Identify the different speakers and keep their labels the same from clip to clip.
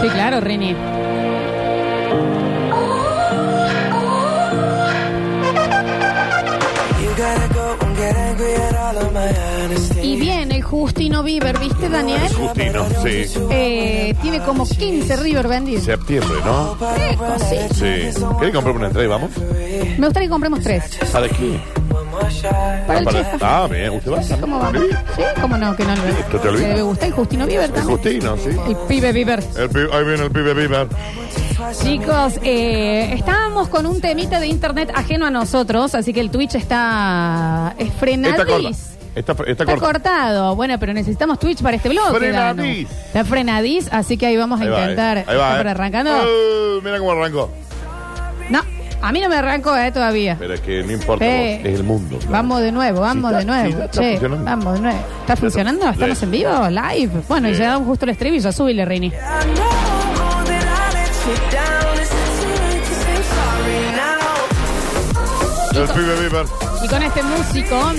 Speaker 1: Sí, claro, Rini. Y bien, el Justino Bieber, ¿viste, Daniel?
Speaker 2: Justino, sí.
Speaker 1: Eh, tiene como 15 River vendidos.
Speaker 2: Septiembre, ¿no?
Speaker 1: Sí.
Speaker 2: Sí. ¿Querés comprar una entrada y vamos?
Speaker 1: Me gustaría que compremos tres.
Speaker 2: ¿Para qué?
Speaker 1: Para el
Speaker 2: Para-
Speaker 1: chef.
Speaker 2: Ah, bien, ¿usted va?
Speaker 1: ¿Cómo va?
Speaker 2: Sí.
Speaker 1: Sí, ¿cómo no? Que no lo
Speaker 2: esto te olvida.
Speaker 1: Se debe gustar el Justino Bieber
Speaker 2: El Eh.
Speaker 1: también.
Speaker 2: Justino, sí.
Speaker 1: El pibe Bieber.
Speaker 2: El pi- ahí viene el pibe Bieber.
Speaker 1: Chicos, eh, estábamos con un temita de internet ajeno a nosotros, así que el Twitch está es
Speaker 2: Está corta.
Speaker 1: frenadís.
Speaker 2: Está, está,
Speaker 1: Está
Speaker 2: corta.
Speaker 1: cortado. Bueno, pero necesitamos Twitch para este blog.
Speaker 2: Frenadís.
Speaker 1: Está frenadís, así que ahí vamos a
Speaker 2: Ahí va,
Speaker 1: intentar.
Speaker 2: eh. Ahí va.
Speaker 1: ¿Está por
Speaker 2: eh.
Speaker 1: arrancando?
Speaker 2: Eh, mira cómo arrancó.
Speaker 1: No, a mí no me arrancó eh, todavía.
Speaker 2: Pero es que no importa,
Speaker 1: Sí.
Speaker 2: vos, es el mundo. claro.
Speaker 1: Vamos de nuevo, vamos
Speaker 2: está-
Speaker 1: de nuevo.
Speaker 2: sí, está
Speaker 1: che,
Speaker 2: funcionando.
Speaker 1: vamos de nuevo. ¿Está funcionando? ¿Estamos
Speaker 2: Sí.
Speaker 1: en vivo? ¿Live? Bueno, y
Speaker 2: Sí.
Speaker 1: ya damos justo el estribillo. Súbile, Rini.
Speaker 2: El pibe Bieber.
Speaker 1: Y con este músico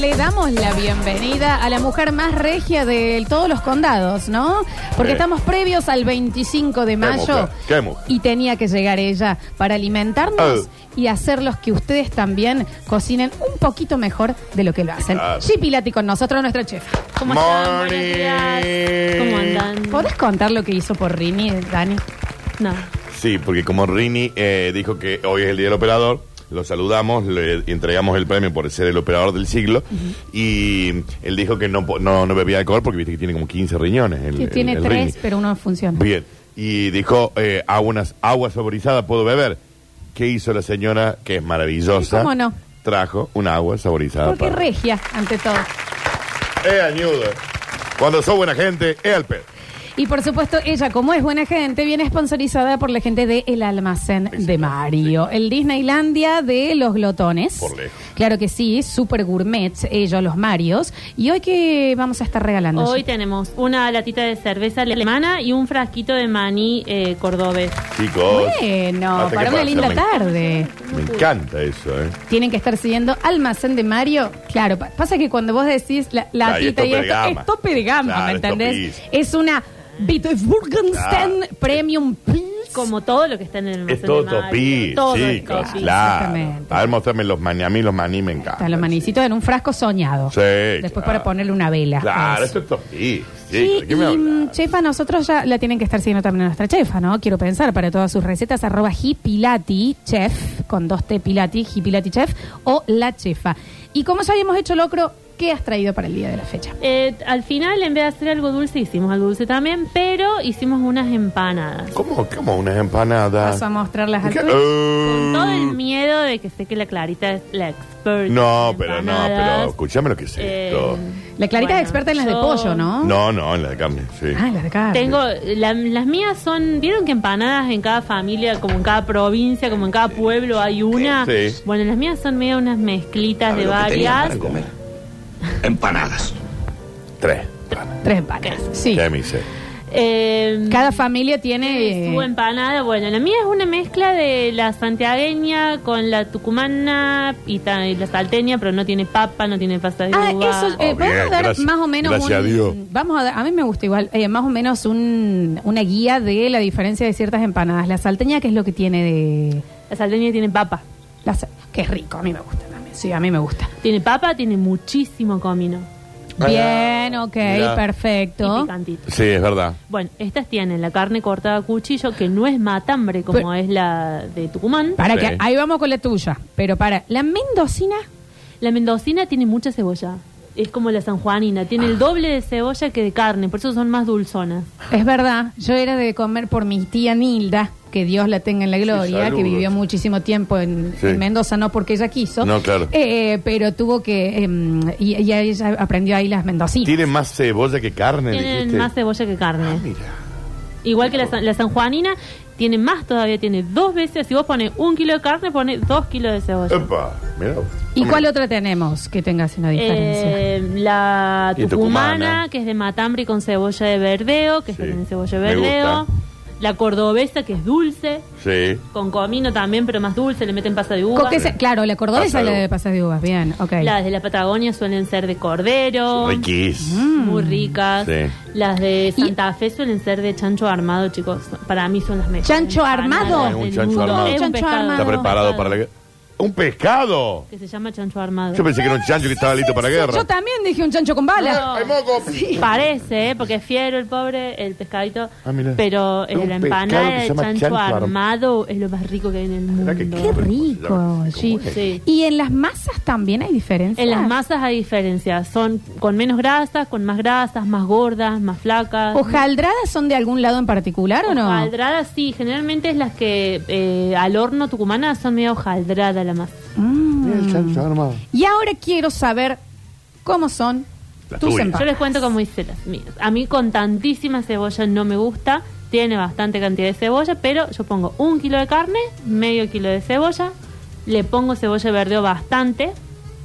Speaker 1: le damos la bienvenida a la mujer más regia de todos los condados, ¿no? Porque
Speaker 2: Sí.
Speaker 1: estamos previos al 25 de mayo
Speaker 2: mujer, qué mujer.
Speaker 1: y tenía que llegar ella para alimentarnos
Speaker 2: Ah.
Speaker 1: y hacerlos que ustedes también cocinen un poquito mejor de lo que lo hacen.
Speaker 2: Claro.
Speaker 1: Shipi Lati con nosotros, nuestra chef.
Speaker 3: ¿Cómo están? Buenos días.
Speaker 2: Morning.
Speaker 3: ¿Cómo andan?
Speaker 1: ¿Podés contar lo que hizo por Rini, Dani?
Speaker 3: No.
Speaker 2: Sí, porque como Rini eh, dijo que hoy es el día del operador, lo saludamos, le entregamos el premio por ser el operador del siglo y él dijo que no, po- no, no bebía alcohol porque viste que tiene como 15 riñones. El,
Speaker 1: Que
Speaker 2: el-
Speaker 1: tiene
Speaker 2: el
Speaker 1: tres,
Speaker 2: Rini.
Speaker 1: pero uno funciona.
Speaker 2: Bien. Y dijo, eh, agua, unas agua saborizada puedo beber. ¿Qué hizo la señora? Que es maravillosa.
Speaker 1: ¿Y cómo no?
Speaker 2: Trajo un agua saborizada.
Speaker 1: Porque
Speaker 2: para-
Speaker 1: regia, ante todo.
Speaker 2: Eh, añudo. Cuando sos buena gente, es al pedo.
Speaker 1: Y por supuesto, ella, como es buena gente, viene sponsorizada por la gente de El Almacén de Mario, el Disneylandia de los glotones.
Speaker 2: Por lejos.
Speaker 1: Claro que sí, super gourmets, ellos, los Marios. Y hoy que vamos a estar regalando.
Speaker 3: Hoy tenemos una latita de cerveza alemana y un frasquito de maní eh, cordobés.
Speaker 2: Chicos.
Speaker 1: bueno,
Speaker 2: hasta
Speaker 1: para
Speaker 2: que
Speaker 1: una
Speaker 2: Ah, pasa,
Speaker 1: linda
Speaker 2: me-
Speaker 1: tarde.
Speaker 2: Me encanta eso, ¿eh?
Speaker 1: Tienen que estar siguiendo Almacén de Mario. Claro, pa- pasa que cuando vos decís la, la
Speaker 2: Claro, y
Speaker 1: tita
Speaker 2: es
Speaker 1: y
Speaker 2: tope de
Speaker 1: esto,
Speaker 2: gama.
Speaker 1: es tope de gama,
Speaker 2: Claro,
Speaker 1: ¿me
Speaker 2: es
Speaker 1: entendés?
Speaker 2: topísimo.
Speaker 1: Es una Bitburgenstein
Speaker 2: Claro.
Speaker 1: Premium Pils.
Speaker 3: Como todo lo que está en el almacén
Speaker 2: Es todo
Speaker 3: de Mario.
Speaker 2: topí,
Speaker 3: Todo es
Speaker 2: chicos,
Speaker 3: topí.
Speaker 2: claro.
Speaker 1: exactamente.
Speaker 2: A ver, mostrame los maní. A mí los maní me
Speaker 1: Está
Speaker 2: encantan.
Speaker 1: los manicitos en un frasco soñado.
Speaker 2: Sí,
Speaker 1: Después
Speaker 2: claro.
Speaker 1: para ponerle una vela.
Speaker 2: Claro,
Speaker 1: Eso.
Speaker 2: esto es topí. Sí,
Speaker 1: pues. Sí,
Speaker 2: ¿de
Speaker 1: y
Speaker 2: qué me
Speaker 1: mm,
Speaker 2: hablas?
Speaker 1: chefa, nosotros ya la tienen que estar siguiendo también a nuestra chefa, ¿no? Quiero pensar, para todas sus recetas, arroba hipilati chef, con dos T pilati, hipilati chef, o la chefa. Y como ya habíamos hecho locro, ¿qué has traído para el día de la fecha?
Speaker 3: Eh, al final, en vez de hacer algo dulce, hicimos algo dulce también, pero hicimos unas empanadas.
Speaker 2: ¿Cómo, cómo unas empanadas?
Speaker 1: Vas a mostrarlas al
Speaker 2: ¿Qué?
Speaker 1: Twitch.
Speaker 3: Con todo el
Speaker 2: Eh,
Speaker 3: miedo de que sé que la Clarita es la expert.
Speaker 2: No,
Speaker 3: en
Speaker 2: pero no,
Speaker 3: empanadas.
Speaker 2: pero escúchame lo que es
Speaker 3: Eh,
Speaker 2: esto.
Speaker 1: La Clarita es
Speaker 3: bueno,
Speaker 1: experta en las de
Speaker 3: yo-
Speaker 1: pollo, ¿no?
Speaker 2: No, no, en la de carne, sí.
Speaker 1: Ah, las de carne.
Speaker 3: Tengo, eh, la- las mías son, vieron que empanadas en cada familia, como en cada provincia, como en cada pueblo hay una.
Speaker 2: Sí.
Speaker 3: Bueno, las mías son medio unas mezclitas
Speaker 4: ¿Sabe
Speaker 3: de
Speaker 4: lo que tenía
Speaker 3: varias.
Speaker 4: para comer? Empanadas.
Speaker 2: Tres.
Speaker 1: Tres empanadas. Sí.
Speaker 2: ¿Qué me hice?
Speaker 3: Eh,
Speaker 1: Cada familia
Speaker 3: tiene
Speaker 1: tiene.
Speaker 3: su empanada. Bueno, la mía es una mezcla de la santiagueña con la tucumana y, ta- y la salteña, pero no tiene papa, no tiene pasta de
Speaker 1: Ah,
Speaker 3: uva.
Speaker 1: eso, eh,
Speaker 2: Oh,
Speaker 1: vamos a
Speaker 2: bien,
Speaker 1: dar
Speaker 2: gracias-
Speaker 1: más o menos
Speaker 2: gracias
Speaker 1: un-
Speaker 2: a Dios.
Speaker 1: Vamos a, dar- a mí me gusta igual, eh, más o menos un- una guía de la diferencia de ciertas empanadas. La salteña, que es lo que tiene de...
Speaker 3: La salteña tiene papa.
Speaker 1: La, sa- que es rico, a mí me gusta también. Sí, a mí me gusta.
Speaker 3: Tiene papa, tiene muchísimo comino.
Speaker 2: Ah,
Speaker 1: Bien, ok,
Speaker 2: mira.
Speaker 3: Y
Speaker 1: perfecto.
Speaker 3: picantito.
Speaker 2: Sí, es verdad.
Speaker 3: Bueno, estas tienen la carne cortada a cuchillo, que no es matambre como
Speaker 1: Pero-
Speaker 3: es la de Tucumán.
Speaker 1: Para
Speaker 2: Sí.
Speaker 1: que ahí vamos con la tuya, pero para la mendocina,
Speaker 3: La mendocina tiene mucha cebolla. Es como la sanjuanina, tiene el doble de cebolla que de carne, por eso son más dulzonas.
Speaker 1: es verdad, yo era de comer por mi tía Nilda, que Dios la tenga en la gloria,
Speaker 2: saludos.
Speaker 1: que vivió muchísimo tiempo en,
Speaker 2: Sí.
Speaker 1: en Mendoza, no porque ella quiso.
Speaker 2: No, claro.
Speaker 1: Eh, pero tuvo que, em, y, y ella aprendió ahí las mendocinas.
Speaker 2: Tiene más cebolla que carne,
Speaker 3: Tienen
Speaker 2: dijiste.
Speaker 3: más cebolla que
Speaker 2: este? Ah,
Speaker 3: carne.
Speaker 2: mira.
Speaker 3: Igual que la, san- la sanjuanina, tiene más todavía, tiene dos veces. Si vos pones un kilo de carne, pones dos kilos de cebolla.
Speaker 2: Epa, mira.
Speaker 1: ¿Y
Speaker 2: Hombre.
Speaker 1: cuál otra tenemos que tenga así una diferencia?
Speaker 3: Eh, la
Speaker 2: Y
Speaker 3: tucumana,
Speaker 2: tucumana.
Speaker 3: que es de matambre y con cebolla de verdeo, que es
Speaker 2: Sí,
Speaker 3: también cebolla de
Speaker 2: me
Speaker 3: verdeo.
Speaker 2: gusta.
Speaker 3: La cordobesa, que es dulce.
Speaker 2: Sí.
Speaker 3: Con comino también, pero más dulce, le meten pasa de uva.
Speaker 1: Coque se- claro, la cordobesa
Speaker 2: Pasa de
Speaker 1: la de
Speaker 2: uva.
Speaker 1: pasas de uvas. Bien, ok.
Speaker 3: Las de la Patagonia suelen ser de cordero.
Speaker 1: Mm.
Speaker 2: Riquísimo.
Speaker 3: Muy ricas.
Speaker 2: Sí.
Speaker 3: Las de
Speaker 1: Y-
Speaker 3: Santa Fe suelen ser de chancho armado, chicos. Para mí son las mejores.
Speaker 1: ¿Chancho armado?
Speaker 2: Es un
Speaker 3: del
Speaker 2: chancho
Speaker 3: mundo.
Speaker 2: armado.
Speaker 3: Es un
Speaker 1: Chancho
Speaker 3: pescado.
Speaker 1: armado.
Speaker 2: Está preparado para la guerra. ¡Un pescado!
Speaker 3: Que se llama chancho armado.
Speaker 2: Yo pensé que era un chancho que estaba listo para la guerra.
Speaker 1: Yo también dije un chancho con bala.
Speaker 2: ¡Ay, moco!
Speaker 3: Parece, ¿eh? porque es fiero el pobre, el pescadito.
Speaker 2: Ah, mirá.
Speaker 3: pero eh,
Speaker 2: Es un pescado
Speaker 3: la
Speaker 2: que
Speaker 3: empanada
Speaker 2: se
Speaker 3: de
Speaker 2: llama
Speaker 3: chancho,
Speaker 2: chancho arm-
Speaker 3: armado es lo más rico que hay en el
Speaker 2: Mirá
Speaker 3: mundo.
Speaker 2: que
Speaker 1: Qué rico,
Speaker 2: ¿Cómo es?
Speaker 1: sí.
Speaker 3: Sí.
Speaker 1: Y en las masas también hay diferencias.
Speaker 3: En las masas hay diferencias. Son con menos grasas, con más grasas, más gordas, más flacas.
Speaker 1: ¿Hojaldradas son de algún lado en particular o no?
Speaker 3: Hojaldradas, sí. Generalmente es las que eh, al horno tucumana son medio hojaldrada la masa.
Speaker 1: Mm.
Speaker 2: Mira el chancho armado.
Speaker 1: Y ahora quiero saber cómo son
Speaker 2: Las
Speaker 1: tus
Speaker 2: tuyas.
Speaker 3: Yo
Speaker 1: empanadas.
Speaker 3: les cuento cómo hice las mías. A mí con tantísima cebolla no me gusta. Tiene bastante cantidad de cebolla, pero yo pongo un kilo de carne, medio kilo de cebolla, le pongo cebolla verde o bastante,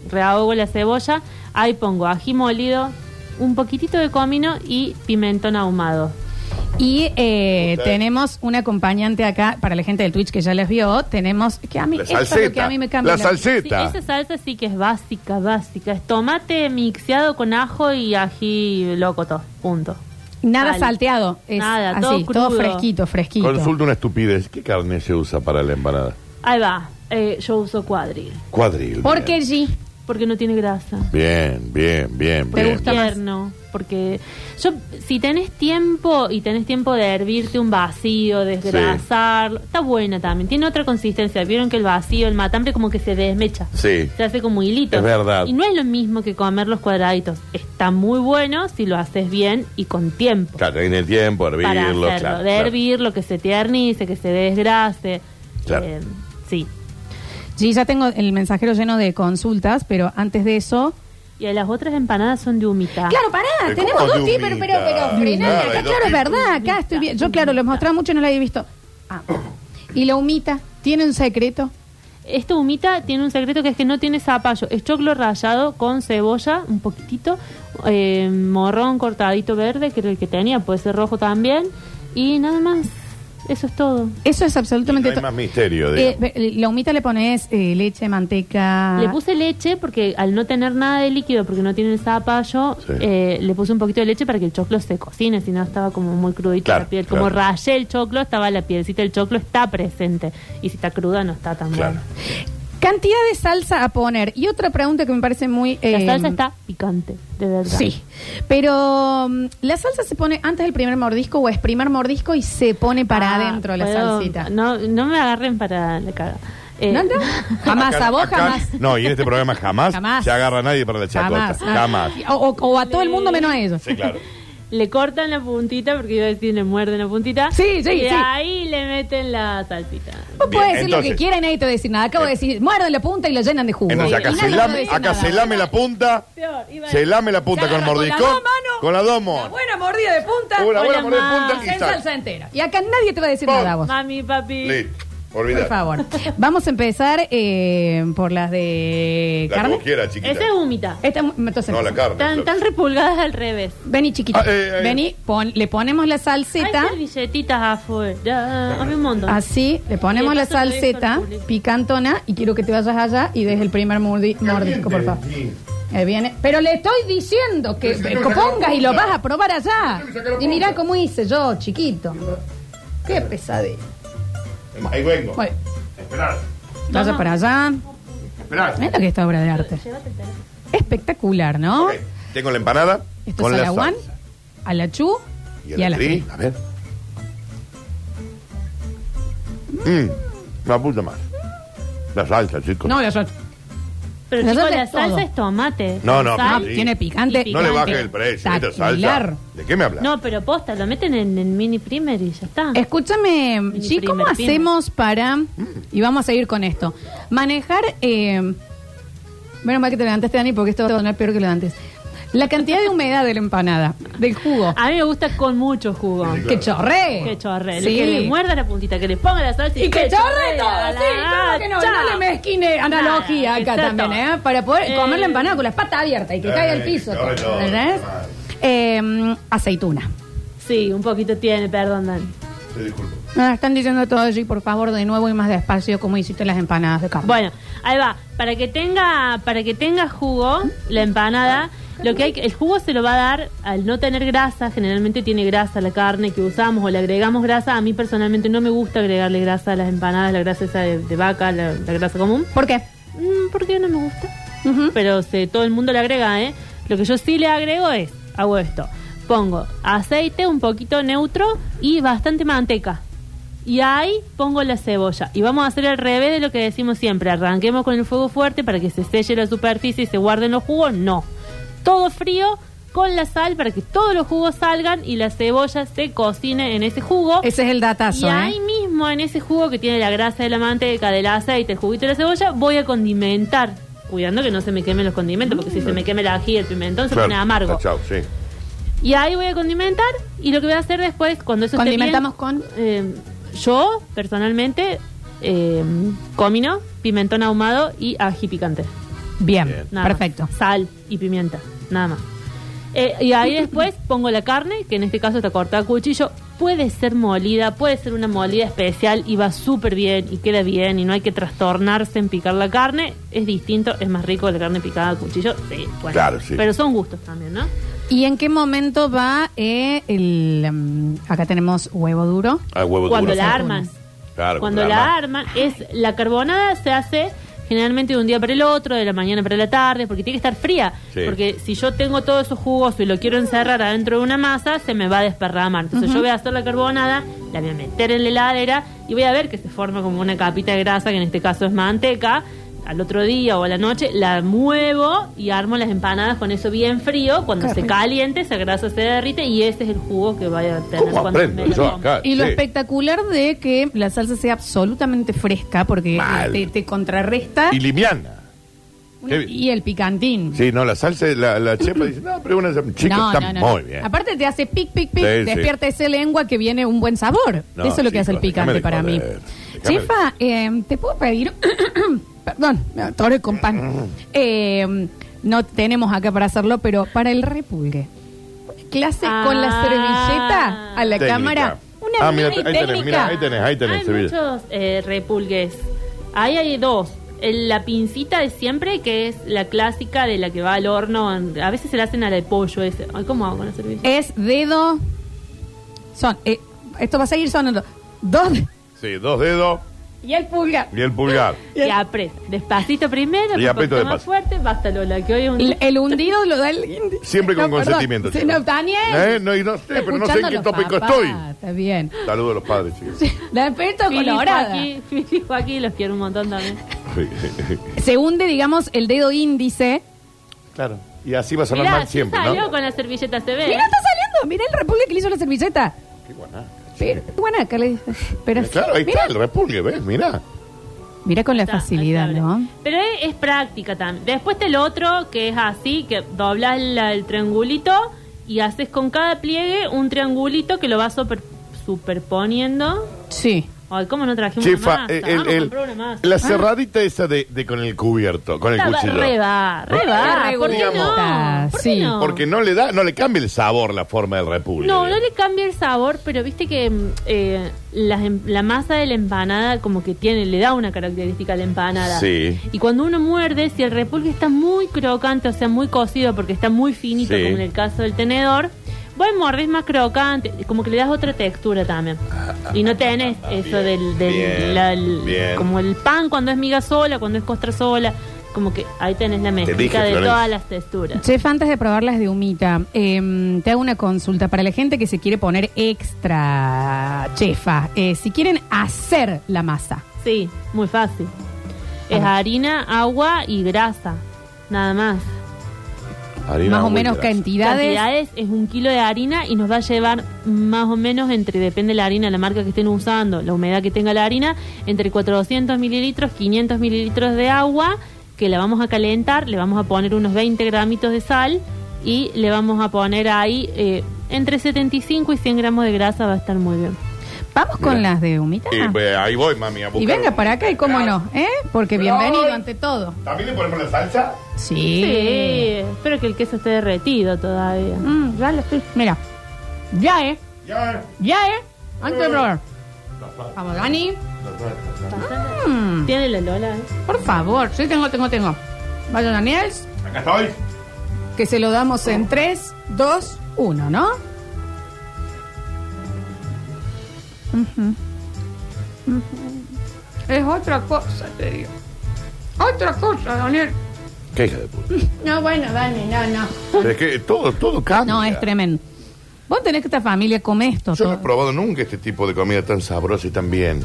Speaker 3: rehago la cebolla, ahí pongo ají molido, un poquitito de comino y pimentón ahumado.
Speaker 1: Y eh,
Speaker 2: Ustedes.
Speaker 1: tenemos un acompañante acá, para la gente del Twitch que ya les vio, tenemos que a mí,
Speaker 2: La
Speaker 1: esto es lo que
Speaker 2: salseta.
Speaker 1: a mí me cambia
Speaker 2: La salseta.
Speaker 3: Sí, esa salsa sí que es básica, básica. Es tomate mixeado con ajo y ají locoto, punto.
Speaker 1: Nada
Speaker 3: Sal.
Speaker 1: salteado, es
Speaker 3: Nada, todo
Speaker 1: así, todo,
Speaker 3: crudo.
Speaker 1: fresquito, fresquito.
Speaker 2: Consulta una estupidez. ¿Qué carne se usa para la empanada?
Speaker 3: Ahí va, eh, yo uso cuadril,
Speaker 2: Cuadril.
Speaker 1: Porque
Speaker 2: bien.
Speaker 1: G,
Speaker 3: porque no tiene grasa.
Speaker 2: Bien, bien, bien,
Speaker 1: ¿Te
Speaker 2: bien.
Speaker 1: gusta
Speaker 2: bien.
Speaker 1: más?
Speaker 3: tierno, porque yo si tenés tiempo y tenés tiempo de hervirte un vacío, desgrasarlo, está buena también, tiene otra consistencia, vieron que el vacío, el matambre como que se desmecha,
Speaker 2: Sí.
Speaker 3: se hace como hilito.
Speaker 2: Es verdad.
Speaker 3: Y no es lo mismo que comer los cuadraditos, está muy bueno si lo haces bien y con tiempo.
Speaker 2: Claro, en el tiempo, hervirlo.
Speaker 3: para hacerlo,
Speaker 2: claro,
Speaker 3: de
Speaker 2: claro.
Speaker 3: hervirlo, que se tiernice, que se desgrase.
Speaker 2: Claro.
Speaker 3: Eh, sí.
Speaker 1: G, ya tengo el mensajero lleno de consultas, pero antes de eso...
Speaker 3: Y las otras empanadas son de humita.
Speaker 1: Claro, pará,
Speaker 2: Eh,
Speaker 1: tenemos
Speaker 2: ¿cómo
Speaker 1: dos
Speaker 2: de
Speaker 1: tips, pero, pero, pero,
Speaker 2: humita?
Speaker 1: frená,
Speaker 2: Claro,
Speaker 1: acá,
Speaker 2: hay dos
Speaker 1: claro, es
Speaker 2: tips.
Speaker 1: verdad, acá estoy bien. Yo, claro, los mostraba mucho y no la había visto. Ah. Y la humita, ¿tiene un secreto?
Speaker 3: Esta humita tiene un secreto que es que no tiene zapallo. Es choclo rallado con cebolla, un poquitito, eh, morrón cortadito verde, que era el que tenía, puede ser rojo también. Y nada más. Eso es todo.
Speaker 1: Eso es
Speaker 2: No
Speaker 1: absolutamente
Speaker 2: hay
Speaker 1: todo.
Speaker 2: más
Speaker 1: Eh,
Speaker 2: misterio, digamos.
Speaker 1: ve- la humita le pones eh, leche, manteca.
Speaker 3: Le puse leche porque al no tener nada de líquido, porque no tiene el zapallo,
Speaker 2: Sí.
Speaker 3: eh, le puse un poquito de leche para que el choclo se cocine, si no estaba como muy crudito
Speaker 2: Claro,
Speaker 3: la piel.
Speaker 2: claro.
Speaker 3: Como rayé el choclo, estaba la pielcita del choclo, está presente. Y si está cruda, no está tan
Speaker 2: Claro.
Speaker 3: buena.
Speaker 1: Cantidad de salsa a poner. Y otra pregunta que me parece muy. eh,
Speaker 3: La salsa está picante, de verdad.
Speaker 1: Sí. Pero, mm, ¿la salsa se pone antes del primer mordisco o es primer mordisco y se pone para
Speaker 3: Ah,
Speaker 1: adentro la
Speaker 3: puedo-
Speaker 1: salsita?
Speaker 3: No, no me agarren para la caga. Eh,
Speaker 1: ¿No, no? Jamás,
Speaker 2: Acá-
Speaker 1: a vos
Speaker 2: acá-
Speaker 1: jamás.
Speaker 2: No, y en este programa jamás,
Speaker 1: Jamás.
Speaker 2: se agarra a nadie para la chacota.
Speaker 1: Jamás.
Speaker 2: Jamás.
Speaker 1: O, o- o a todo el mundo menos a ellos.
Speaker 2: Sí, claro.
Speaker 3: Le cortan la puntita, porque iba a decir le muerden la puntita.
Speaker 1: Sí, sí,
Speaker 3: Y
Speaker 1: sí.
Speaker 3: ahí le meten la salsita.
Speaker 1: Vos
Speaker 2: Bien,
Speaker 1: podés decir lo que
Speaker 2: entonces. Eh,
Speaker 1: quiera y nadie te va a decir nada. Acabo de decir, muerden la punta y lo llenan de jugo.
Speaker 2: Entonces
Speaker 1: Y
Speaker 2: acá,
Speaker 1: nadie
Speaker 2: se
Speaker 1: te va a
Speaker 2: lame,
Speaker 1: decir
Speaker 2: acá
Speaker 1: nada.
Speaker 2: se lame la punta.
Speaker 3: Peor, iba a
Speaker 2: Se lame la punta
Speaker 1: Se
Speaker 2: con
Speaker 1: agarra con las
Speaker 2: mordiscón.
Speaker 1: dos manos,
Speaker 2: Con las dos
Speaker 1: Una
Speaker 2: manos.
Speaker 1: buena mordida de punta.
Speaker 2: Una buena
Speaker 3: Hola,
Speaker 2: mordida de
Speaker 3: ma.
Speaker 2: punta
Speaker 1: en
Speaker 2: y sal.
Speaker 1: salsa entera. Y acá nadie te va a decir nada a vos.
Speaker 3: Mami, papi.
Speaker 2: Listo.
Speaker 1: Por
Speaker 2: Olvidar.
Speaker 1: favor. Vamos a empezar eh, por las de
Speaker 2: La
Speaker 1: carne.
Speaker 2: que vos quieras, chiquita.
Speaker 3: Esa es humita.
Speaker 1: Esta- entonces,
Speaker 2: No, la carne.
Speaker 3: Tan,
Speaker 2: Flor.
Speaker 3: tan repulgadas al revés.
Speaker 1: Vení, chiquita.
Speaker 2: Ah, eh, eh.
Speaker 1: Vení, pon- le ponemos la salseta.
Speaker 3: Hay servilletitas afuera. Hay un montón.
Speaker 1: Así, le ponemos
Speaker 3: Y
Speaker 1: la
Speaker 3: después lo dejo
Speaker 1: salseta
Speaker 3: al público.
Speaker 1: picantona y quiero que te vayas allá y des el primer mordi- mordisco, por favor. Ahí Eh, viene. Pero le estoy diciendo que, eh,
Speaker 2: Pero si
Speaker 1: que
Speaker 2: no saca la
Speaker 1: pongas y lo
Speaker 2: punta.
Speaker 1: vas a probar allá.
Speaker 2: Si no saca la
Speaker 1: Y mirá
Speaker 2: punta.
Speaker 1: cómo hice yo, chiquito. Qué pesadilla.
Speaker 2: Ahí vengo.
Speaker 1: Bueno,
Speaker 2: Esperad.
Speaker 1: vaya para allá.
Speaker 2: Esperad.
Speaker 1: Mira lo que es esta obra de arte. Espectacular, ¿no?
Speaker 2: Ok, Tengo la empanada.
Speaker 1: Esto
Speaker 2: con
Speaker 1: es a
Speaker 2: la
Speaker 1: la Juan,
Speaker 2: salsa.
Speaker 1: a la Chu
Speaker 2: Y a la tri. A ver. Mmm. Una puta más. La salsa, chicos.
Speaker 1: No, la salsa.
Speaker 3: Ah. Pero
Speaker 1: La
Speaker 3: chicos,
Speaker 1: salsa
Speaker 3: la
Speaker 1: es
Speaker 3: salsa
Speaker 1: todo.
Speaker 3: es tomate.
Speaker 2: No, no,
Speaker 3: Sal.
Speaker 2: pero sí.
Speaker 1: Tiene picante.
Speaker 3: Y
Speaker 2: No le bajes
Speaker 1: picante.
Speaker 2: el precio. esta
Speaker 1: Taquilar.
Speaker 2: salsa. ¿De qué me hablas?
Speaker 3: No, pero posta, lo meten en el mini primer y ya está.
Speaker 1: Escúchame,
Speaker 3: Mi
Speaker 1: Chi, ¿cómo
Speaker 3: primer pino.
Speaker 1: hacemos para.
Speaker 2: Mm.
Speaker 1: Y vamos a seguir con esto. Manejar. Eh, menos mal que te levantaste, Dani, porque esto va a sonar peor que lo de antes. La cantidad de humedad de la empanada, del jugo.
Speaker 3: A mí me gusta con mucho jugo.
Speaker 1: ¡Que chorre!
Speaker 3: Que chorre.
Speaker 1: Sí.
Speaker 3: Que le muerda la puntita, que le ponga la salsa.
Speaker 1: Y que chorre todo,
Speaker 3: a la-
Speaker 1: sí, claro que no,
Speaker 3: chao.
Speaker 1: no le mezquine analogía
Speaker 3: Nada,
Speaker 1: acá
Speaker 3: exacto.
Speaker 1: también, ¿eh? Para poder
Speaker 3: Eh,
Speaker 1: comer la empanada con las patas abiertas y que
Speaker 2: eh,
Speaker 1: caiga al piso.
Speaker 2: que chorre
Speaker 1: todo,
Speaker 2: todo,
Speaker 1: ¿entendés?
Speaker 2: madre.
Speaker 1: Eh, aceituna.
Speaker 3: Sí, un poquito tiene, perdón, Dani.
Speaker 2: Te disculpo.
Speaker 1: Nos están diciendo todo allí, por favor, de nuevo y más despacio, como hiciste las empanadas de carne.
Speaker 3: Bueno, ahí va. Para que tenga, para que tenga jugo, la empanada, lo que hay, que- el jugo se lo va a dar al no tener grasa. Generalmente tiene grasa la carne que usamos o le agregamos grasa. A mí personalmente no me gusta agregarle grasa a las empanadas, la grasa esa de, de vaca, la, la grasa común.
Speaker 1: ¿Por qué?
Speaker 3: Mm, ¿Por qué no me gusta?
Speaker 1: Ujú.
Speaker 3: Pero se- todo el mundo le agrega, ¿eh? Lo que yo sí le agrego es, hago esto. Pongo aceite un poquito neutro y bastante manteca. Y ahí pongo la cebolla. Y vamos a hacer al revés de lo que decimos siempre. Arranquemos con el fuego fuerte para que se selle la superficie y se guarden los jugos. No. Todo frío con la sal para que todos los jugos salgan y la cebolla se cocine en ese jugo.
Speaker 1: Ese es el datazo,
Speaker 3: Y
Speaker 1: ¿eh?
Speaker 3: ahí mismo, en ese jugo que tiene la grasa de la manteca, del aceite, el juguito de la cebolla, voy a condimentar. Cuidando que no se me quemen los condimentos, porque si se me queme el ají, el pimentón, se pone amargo.
Speaker 2: Chao, sí.
Speaker 3: Y ahí voy a condimentar y lo que voy a hacer después, cuando eso esté bien-
Speaker 1: Condimentamos con-
Speaker 3: eh, yo, personalmente, eh, comino, pimentón ahumado y ají picante.
Speaker 1: Bien,
Speaker 2: Bien.
Speaker 3: Nada más.
Speaker 1: perfecto.
Speaker 3: Sal y pimienta, nada más. Eh, y ahí después pongo la carne, que en este caso está cortada a cuchillo. Puede ser molida, puede ser una molida especial y va súper bien y queda bien y no hay que trastornarse en picar la carne. Es distinto, es más rico la carne picada a cuchillo. Sí, bueno.
Speaker 2: Claro, sí.
Speaker 3: Pero son gustos también, ¿no?
Speaker 1: ¿Y en qué momento va eh, el... mm, acá tenemos huevo duro.
Speaker 2: Ah, huevo
Speaker 3: Cuando
Speaker 2: duro.
Speaker 3: la arman.
Speaker 2: Claro,
Speaker 3: Cuando la arman, es la carbonada se hace generalmente de un día para el otro, de la mañana para la tarde, porque tiene que estar fría.
Speaker 2: Sí.
Speaker 3: Porque si yo tengo todo eso jugoso y lo quiero encerrar adentro de una masa, se me va a desparramar. Entonces yo voy a hacer la carbonada, la voy a meter en la heladera y voy a ver que se forma como una capita de grasa, que en este caso es manteca. Al otro día o a la noche la muevo y armo las empanadas con eso bien frío. Cuando
Speaker 1: Qué
Speaker 3: se
Speaker 1: rico.
Speaker 3: caliente, esa grasa se derrite y ese es el jugo que voy a tener
Speaker 2: ¿Cómo
Speaker 3: cuando
Speaker 2: aprendo
Speaker 3: me la
Speaker 2: yo
Speaker 3: coma.
Speaker 2: acá?
Speaker 1: Y lo
Speaker 2: Sí.
Speaker 1: espectacular de que la salsa sea absolutamente fresca, porque eh,
Speaker 2: Mal.
Speaker 1: te, te contrarresta
Speaker 2: Y liviana.
Speaker 1: una-
Speaker 2: qué-
Speaker 1: y el picantín.
Speaker 2: Sí, no, la salsa, la, la chepa dice, no, pero una chica
Speaker 1: No, no,
Speaker 2: está
Speaker 1: no, no.
Speaker 2: muy bien.
Speaker 1: Aparte te hace pic, pic, pic,
Speaker 2: Sí, sí.
Speaker 1: despierta ese lengua que viene un buen sabor.
Speaker 2: No,
Speaker 1: Eso es lo que hace el
Speaker 2: chicos,
Speaker 1: picante
Speaker 2: déjame de
Speaker 1: para mí.
Speaker 2: joder, déjame de-
Speaker 1: Chefa, eh, ¿te puedo pedir... Perdón, me atoré con pan. Eh, no tenemos acá para hacerlo, pero para el repulgue. Clase con la
Speaker 3: Ah.
Speaker 1: servilleta a la
Speaker 2: Técnica.
Speaker 1: cámara. Una
Speaker 2: Ah, mira,
Speaker 1: mini
Speaker 2: ahí tenés, mira, ahí
Speaker 1: técnica.
Speaker 2: tenés, ahí tenés,
Speaker 3: Hay
Speaker 2: Sevilla.
Speaker 3: muchos Ah, eh, repulgues. Ahí hay dos. El- la pincita de siempre, que es la clásica de la que va al horno. A veces se la hacen a la de pollo. Ese. Ay, ¿Cómo hago con la servilleta?
Speaker 1: Es dedo... Son, eh, esto va a seguir sonando. Dos...
Speaker 2: Sí, dos dedos
Speaker 1: Y el pulgar.
Speaker 2: y el pulgar.
Speaker 1: Eh,
Speaker 3: Y aprieta. Despacito primero,
Speaker 2: Y
Speaker 3: un
Speaker 2: aprieto
Speaker 3: poquito
Speaker 2: despacio.
Speaker 3: más fuerte. Basta, Lola, que hoy es un...
Speaker 1: El, el hundido lo da el indi-
Speaker 2: Siempre con
Speaker 1: No, perdón.
Speaker 2: consentimiento.
Speaker 1: Sí,
Speaker 2: chicos.
Speaker 1: no, Daniel.
Speaker 2: Eh, No, y no sé, pero no sé en
Speaker 1: Escuchando a
Speaker 2: qué
Speaker 1: los
Speaker 2: tópico
Speaker 1: papás,
Speaker 2: estoy.
Speaker 1: Está bien.
Speaker 2: Saludos a los padres, chicos.
Speaker 1: La despierta
Speaker 3: Fili,
Speaker 1: colorada.
Speaker 3: Joaquín, Fili, Joaquín, los quiero un montón también.
Speaker 1: Se hunde, digamos, el dedo índice.
Speaker 2: Claro. Y así va a sonar
Speaker 3: Mirá,
Speaker 2: mal
Speaker 3: sí
Speaker 2: siempre,
Speaker 3: salió
Speaker 2: ¿no?
Speaker 3: con la servilleta, se ve. ¿eh?
Speaker 1: Mira, está saliendo. Mira el repulgue que le hizo la servilleta.
Speaker 2: Qué guanaca,
Speaker 1: Pero, bueno, acá le pero sí,
Speaker 2: Eh, Claro, ahí
Speaker 1: mira,
Speaker 2: está el repulgue, ¿ves? Mirá.
Speaker 1: mira con la
Speaker 3: Está,
Speaker 1: facilidad,
Speaker 3: ahí se abre.
Speaker 1: ¿no?
Speaker 3: Pero es, es práctica también. Después está el otro, que es así, que doblas la- el triangulito y haces con cada pliegue un triangulito que lo vas super- superponiendo.
Speaker 1: Sí.
Speaker 3: Ay, ¿cómo no trajimos una
Speaker 2: Chefa,
Speaker 3: masa?
Speaker 2: eh, el,
Speaker 3: Vamos a
Speaker 2: el-
Speaker 3: comprar una masa.
Speaker 1: Ah.
Speaker 2: la cerradita esa de, de con el cubierto, con el
Speaker 3: Está-
Speaker 2: cuchillo.
Speaker 3: re va, re va,
Speaker 1: Re
Speaker 3: ¿por qué
Speaker 2: gusta,
Speaker 3: no? ¿Por qué
Speaker 1: sí.
Speaker 3: no?
Speaker 2: Porque no le da, no le cambia el sabor la forma del repulgue.
Speaker 3: No, no le cambia el sabor, pero viste que mm, eh, las em- la, masa de la empanada como que tiene, le da una característica a la empanada.
Speaker 2: Sí.
Speaker 3: Y cuando uno muerde, si el repulgue está muy crocante, o sea, muy cocido porque está muy finito,
Speaker 2: Sí.
Speaker 3: como en el caso del tenedor, vos mordés más crocante, como que le das otra textura también.
Speaker 2: Ah,
Speaker 3: y no tenés eso
Speaker 2: bien,
Speaker 3: del, del-
Speaker 2: bien,
Speaker 3: la- el-
Speaker 2: bien.
Speaker 3: como el pan cuando es miga sola, cuando es costra sola, como que ahí tenés la mezcla
Speaker 2: dije,
Speaker 3: de
Speaker 2: Florencia.
Speaker 3: todas las texturas.
Speaker 1: Chef, antes de probarlas de humita, em, te hago una consulta para la gente que se quiere poner extra chefa. Eh, si quieren hacer la masa,
Speaker 3: Sí, muy fácil. Es
Speaker 1: Ah.
Speaker 3: harina, agua y grasa. Nada más.
Speaker 2: Harina,
Speaker 1: más o
Speaker 2: agua y
Speaker 1: menos
Speaker 2: grasa.
Speaker 1: cantidades.
Speaker 3: Cantidades es un kilo de harina y nos va a llevar más o menos entre, depende de la harina, la marca que estén usando, la humedad que tenga la harina, entre 400 mililitros, 500 mililitros de agua, que la vamos a calentar, le vamos a poner unos 20 gramitos de sal y le vamos a poner ahí eh, entre 75 y 100 gramos de grasa, va a estar muy bien.
Speaker 1: Vamos con
Speaker 2: Mira.
Speaker 1: las de humita.
Speaker 2: Y, pues, ahí voy, mami, a buscar.
Speaker 1: Ah. Y venga para acá y cómo no, ¿eh? Porque bienvenido
Speaker 2: Flor.
Speaker 1: ante todo.
Speaker 2: ¿También le ponemos la salsa?
Speaker 1: Sí.
Speaker 3: Sí, espero que el queso esté derretido todavía.
Speaker 1: Mm, ya lo estoy. Mira. Ya, ¿eh?
Speaker 2: Ya.
Speaker 1: Ya, ¿eh? Antes, brother. Vamos, Dani. Mm,
Speaker 3: Tiene la Lola. ¿eh?
Speaker 1: por favor. Sí, tengo, tengo, tengo. Vaya, Daniel.
Speaker 2: Acá estoy.
Speaker 1: Que se lo damos en 3, 2, 1, ¿no? Ujú. Ujú. Es otra cosa, te digo. Otra cosa, Daniel.
Speaker 2: Qué hija de puta.
Speaker 1: No, bueno, Dani, no, no.
Speaker 2: Pero es que todo, todo cambia.
Speaker 1: No, es tremendo. Vos tenés que esta familia come esto.
Speaker 2: Yo no he
Speaker 1: Todo,
Speaker 2: probado nunca este tipo de comida tan sabrosa y tan bien.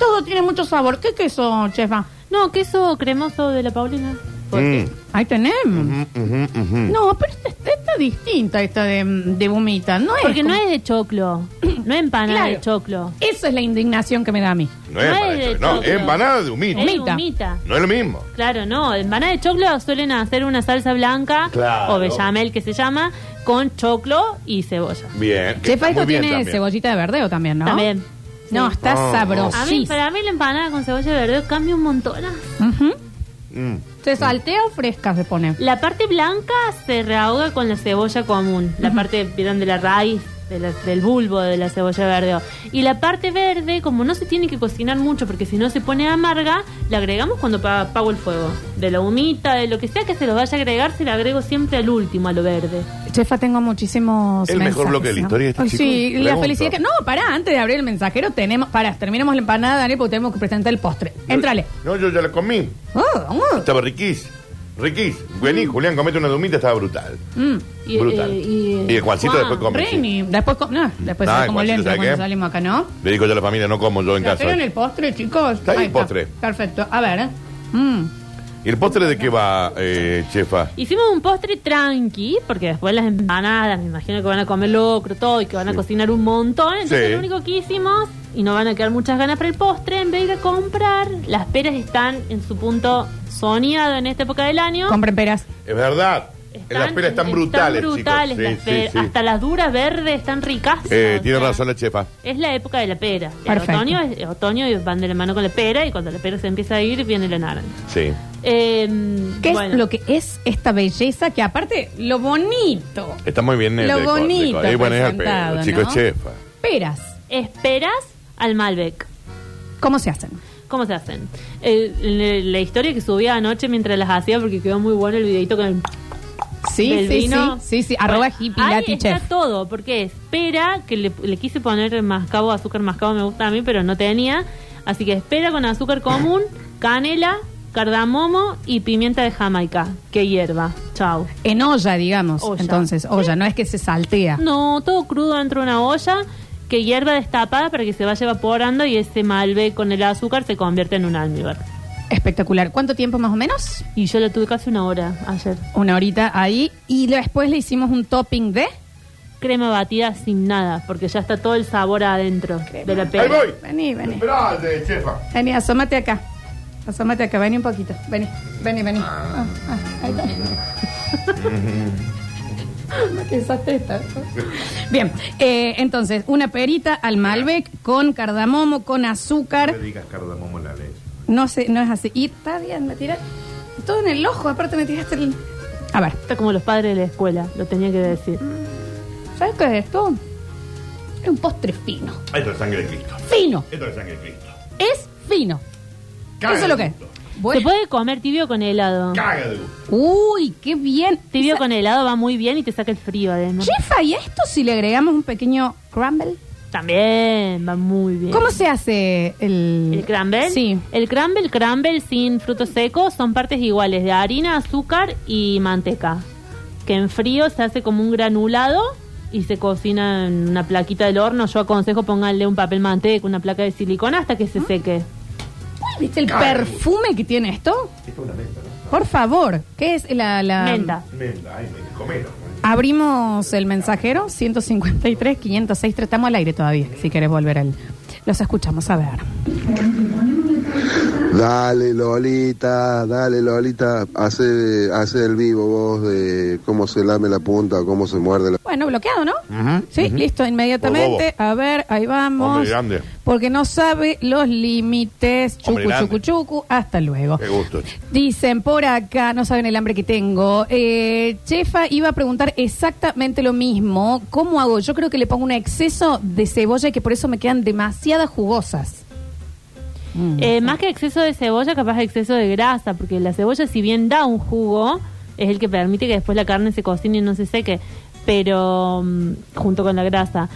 Speaker 1: Todo tiene mucho sabor. ¿Qué queso, chefa?
Speaker 3: No, queso cremoso de la Paulina.
Speaker 2: Mm,
Speaker 1: Ahí tenemos.
Speaker 2: mm, mm, mm.
Speaker 1: No, pero esta, esta- esta es distinta, esta de, de Bumita. No es
Speaker 3: Porque no
Speaker 1: como-
Speaker 3: es de choclo. No es empanada
Speaker 1: Claro.
Speaker 3: de choclo.
Speaker 1: Esa es la indignación que me da a mí.
Speaker 2: No es
Speaker 3: No
Speaker 2: empanada de
Speaker 3: es de
Speaker 2: choclo, No,
Speaker 3: choclo.
Speaker 2: es empanada de humito.
Speaker 3: Es
Speaker 1: Humita.
Speaker 3: humita.
Speaker 2: No es lo mismo.
Speaker 3: Claro, no. Empanada de choclo suelen hacer una salsa blanca
Speaker 2: Claro.
Speaker 3: o bechamel que se llama con choclo y cebolla.
Speaker 2: Bien. que
Speaker 1: Chefa,
Speaker 2: está
Speaker 1: esto
Speaker 2: muy bien
Speaker 1: tiene
Speaker 2: también.
Speaker 1: cebollita de verdeo también, ¿no?
Speaker 3: También.
Speaker 1: No,
Speaker 3: Sí.
Speaker 1: está
Speaker 2: Oh.
Speaker 1: sabrosísimo.
Speaker 3: A mí, para mí la empanada con cebolla verde cambia un montón.
Speaker 1: Ujú.
Speaker 2: Mm.
Speaker 1: ¿Se saltea o fresca se pone?
Speaker 3: La parte blanca se rehoga con la cebolla común, la parte vieron, de la raíz, de la- del bulbo de la cebolla verde. Y la parte verde, como no se tiene que cocinar mucho porque si no se pone amarga, la agregamos cuando pa- apago el fuego. De la humita, de lo que sea que se lo vaya a agregar, se la agrego siempre al último, a lo verde.
Speaker 1: Chefa, tengo muchísimos.
Speaker 2: El mejor
Speaker 1: mensajes,
Speaker 2: bloque de la
Speaker 1: ¿no?
Speaker 2: historia de este
Speaker 1: Ay,
Speaker 2: chico.
Speaker 1: Sí,
Speaker 2: Le
Speaker 1: la
Speaker 2: gusta.
Speaker 1: felicidad que. No, pará, antes de abrir el mensajero, tenemos. Pará, terminemos la empanada, Daniel, porque tenemos que presentar el postre. Entrale.
Speaker 2: No, yo ya la comí.
Speaker 1: Oh, oh.
Speaker 2: Estaba riquís. Riquís. Vení, Julián, comete una dumita, estaba brutal.
Speaker 1: Mm.
Speaker 3: Y,
Speaker 2: Brutal.
Speaker 3: eh, y, eh,
Speaker 2: Y el Juancito
Speaker 3: Juan,
Speaker 2: después ah. come. sí. Mm. Ah,
Speaker 1: Rini, después. co- No, después
Speaker 2: No,
Speaker 1: se
Speaker 2: el
Speaker 1: como
Speaker 2: guachito,
Speaker 1: lento
Speaker 2: ¿sabe
Speaker 1: cuando
Speaker 2: qué?
Speaker 1: salimos acá, ¿no?
Speaker 2: Le digo yo a la familia, no como yo en
Speaker 1: ¿La
Speaker 2: casa.
Speaker 1: ¿Pero en el postre, chicos?
Speaker 2: Está ahí el postre.
Speaker 1: Perfecto. A ver. ¿eh? Mm.
Speaker 2: ¿Y el postre de qué va, eh, chefa?
Speaker 3: Hicimos un postre tranqui, porque después las empanadas, me imagino que van a comer locro, todo, y que van a
Speaker 2: Sí.
Speaker 3: cocinar un montón. Entonces
Speaker 2: Sí.
Speaker 3: lo único que hicimos, y no van a quedar muchas ganas para el postre, en vez de ir a comprar, las peras están en su punto soñado en esta época del año.
Speaker 1: Compren peras.
Speaker 2: Es verdad. las peras están brutales, chicos.
Speaker 3: brutales
Speaker 2: Sí,
Speaker 3: las
Speaker 2: sí,
Speaker 3: peras.
Speaker 2: sí.
Speaker 3: Hasta las duras verdes están ricas.
Speaker 2: Eh, tiene razón la chefa.
Speaker 3: Es la época de la pera. El
Speaker 1: Perfecto.
Speaker 3: otoño, es- el otoño y van de la mano con la pera, y cuando la pera se empieza a ir, viene la naranja.
Speaker 2: Sí.
Speaker 3: Eh,
Speaker 1: ¿Qué
Speaker 3: bueno.
Speaker 1: es lo que es esta belleza? Que aparte, lo bonito.
Speaker 2: Está muy bien. el
Speaker 1: Lo
Speaker 2: deco-
Speaker 1: bonito
Speaker 2: deco- Eh, bueno, es al
Speaker 1: presentado,
Speaker 2: pedo, chicos,
Speaker 1: ¿no?
Speaker 2: chefa.
Speaker 1: Peras.
Speaker 3: Esperas al Malbec.
Speaker 1: ¿Cómo se hacen?
Speaker 3: ¿Cómo se hacen? El- le- la historia que subía anoche mientras las hacía, porque quedó muy bueno el videito con el
Speaker 1: Sí,
Speaker 3: del
Speaker 1: sí,
Speaker 3: vino.
Speaker 1: sí, sí, sí. Arroba
Speaker 3: Bueno,
Speaker 1: hippie lati
Speaker 3: Ahí está
Speaker 1: chef.
Speaker 3: todo, porque es pera, que le, le quise poner mascabo, azúcar mascabo me gusta a mí, pero no tenía. Así que espera con azúcar común, canela, cardamomo y pimienta de Jamaica, que hierba. Chao.
Speaker 1: En olla, digamos.
Speaker 3: Olla.
Speaker 1: Entonces, olla, no es que se saltea.
Speaker 3: No, todo crudo dentro de una olla, que hierba destapada para que se vaya evaporando y ese malbec con el azúcar se convierte en un almíbar.
Speaker 1: Espectacular. ¿Cuánto tiempo más o menos?
Speaker 3: Y yo la tuve casi una hora ayer.
Speaker 1: Una horita ahí. Y después le hicimos un topping de.
Speaker 3: crema batida sin nada, porque ya está todo el sabor adentro de la
Speaker 2: Ahí
Speaker 3: pera.
Speaker 2: voy.
Speaker 1: Vení, vení.
Speaker 2: Esperá, eh, chefa.
Speaker 1: Vení, asómate acá. Asómate acá, vení un poquito. Vení, vení, vení. Ah, ah, ahí está. Qué desastre Bien, eh, entonces, una perita al Malbec con cardamomo, con azúcar.
Speaker 2: digas cardamomo en la leche.
Speaker 1: No sé, no es así. Y está bien, me tiraste todo en el ojo, aparte me tiraste el. A ver,
Speaker 3: Está como los padres de la escuela, lo tenía que decir.
Speaker 1: Mm. ¿sabes qué es esto? Es un postre fino.
Speaker 2: Esto es sangre de Cristo.
Speaker 1: ¡Fino!
Speaker 2: Esto es sangre de Cristo.
Speaker 1: Es fino.
Speaker 2: Caga
Speaker 1: Eso
Speaker 2: de
Speaker 1: es lo que es.
Speaker 2: gusto.
Speaker 3: Se puede comer tibio con helado.
Speaker 2: Caga de gusto.
Speaker 1: Uy, qué bien.
Speaker 3: Tibio
Speaker 1: Esa-
Speaker 3: con helado va muy bien y te saca el frío además.
Speaker 1: Chefa, ¿y a esto si le agregamos un pequeño crumble?
Speaker 3: También va muy bien.
Speaker 1: ¿Cómo se hace el...
Speaker 3: ¿El crumble?
Speaker 1: Sí.
Speaker 3: El crumble, crumble sin frutos secos son partes iguales de harina, azúcar y manteca. Que en frío se hace como un granulado y se cocina en una plaquita del horno. Yo aconsejo pónganle un papel manteca, una placa de silicona hasta que
Speaker 1: Mm.
Speaker 3: se seque.
Speaker 1: Uy, ¿Viste el perfume que tiene esto?
Speaker 2: Esto es una menta,
Speaker 1: Por favor, ¿qué es la... la...
Speaker 3: Menta.
Speaker 2: ¿no? Menta, ay, menta, comelo.
Speaker 1: Abrimos el mensajero, 153, 506, estamos al aire todavía, si querés volver al... Los escuchamos, a ver.
Speaker 5: Dale Lolita, dale Lolita, hace, hace el vivo vos de cómo se lame la punta, cómo se muerde la...
Speaker 1: Bueno, bloqueado, ¿no?
Speaker 2: Ujú,
Speaker 1: sí,
Speaker 2: ujú.
Speaker 1: listo, inmediatamente. A ver, ahí vamos.
Speaker 2: Hombre grande.
Speaker 1: Porque no sabe los límites.
Speaker 2: Hombre
Speaker 1: Chucu, chucu,
Speaker 2: grande.
Speaker 1: chucu. Hasta luego.
Speaker 2: Qué gusto.
Speaker 1: Dicen por acá, no saben el hambre que tengo. Eh, chefa iba a preguntar exactamente lo mismo. ¿Cómo hago? Yo creo que le pongo un exceso de cebolla y que por eso me quedan demasiadas jugosas. Mm.
Speaker 3: Eh, más que exceso de cebolla, capaz exceso de grasa, porque la cebolla, si bien da un jugo, es el que permite que después la carne se cocine y no se seque, pero mm, junto con la grasa.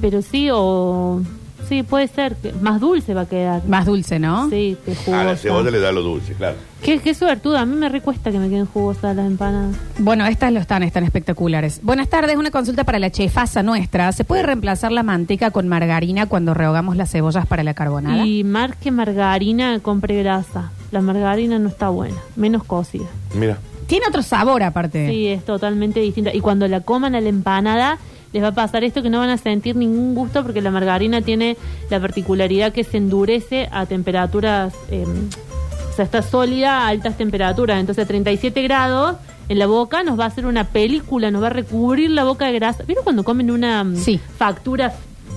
Speaker 3: Pero sí, o. Sí, puede ser. que Más dulce va a quedar.
Speaker 1: Más dulce, ¿no?
Speaker 3: Sí, que
Speaker 2: A Ah, la cebolla
Speaker 3: jugosa.
Speaker 2: le da lo dulce, claro.
Speaker 3: Qué, qué suertuda, a mí me recuesta que me queden jugosas las empanadas.
Speaker 1: Bueno, estas lo están, están espectaculares. Buenas tardes, una consulta para la chefasa nuestra. ¿Se puede reemplazar la manteca con margarina cuando rehogamos las cebollas para la carbonada?
Speaker 3: Y marque margarina, compre grasa. La margarina no está buena, menos cocida.
Speaker 2: Mira.
Speaker 1: Tiene otro sabor aparte.
Speaker 3: Sí, es totalmente distinta. Y cuando la coman a la empanada, les va a pasar esto que no van a sentir ningún gusto porque la margarina tiene la particularidad que se endurece a temperaturas, eh, o sea, está sólida a altas temperaturas. Entonces, a 37 grados en la boca nos va a hacer una película, nos va a recubrir la boca de grasa. ¿Vieron cuando comen una mm,
Speaker 1: Sí.
Speaker 3: factura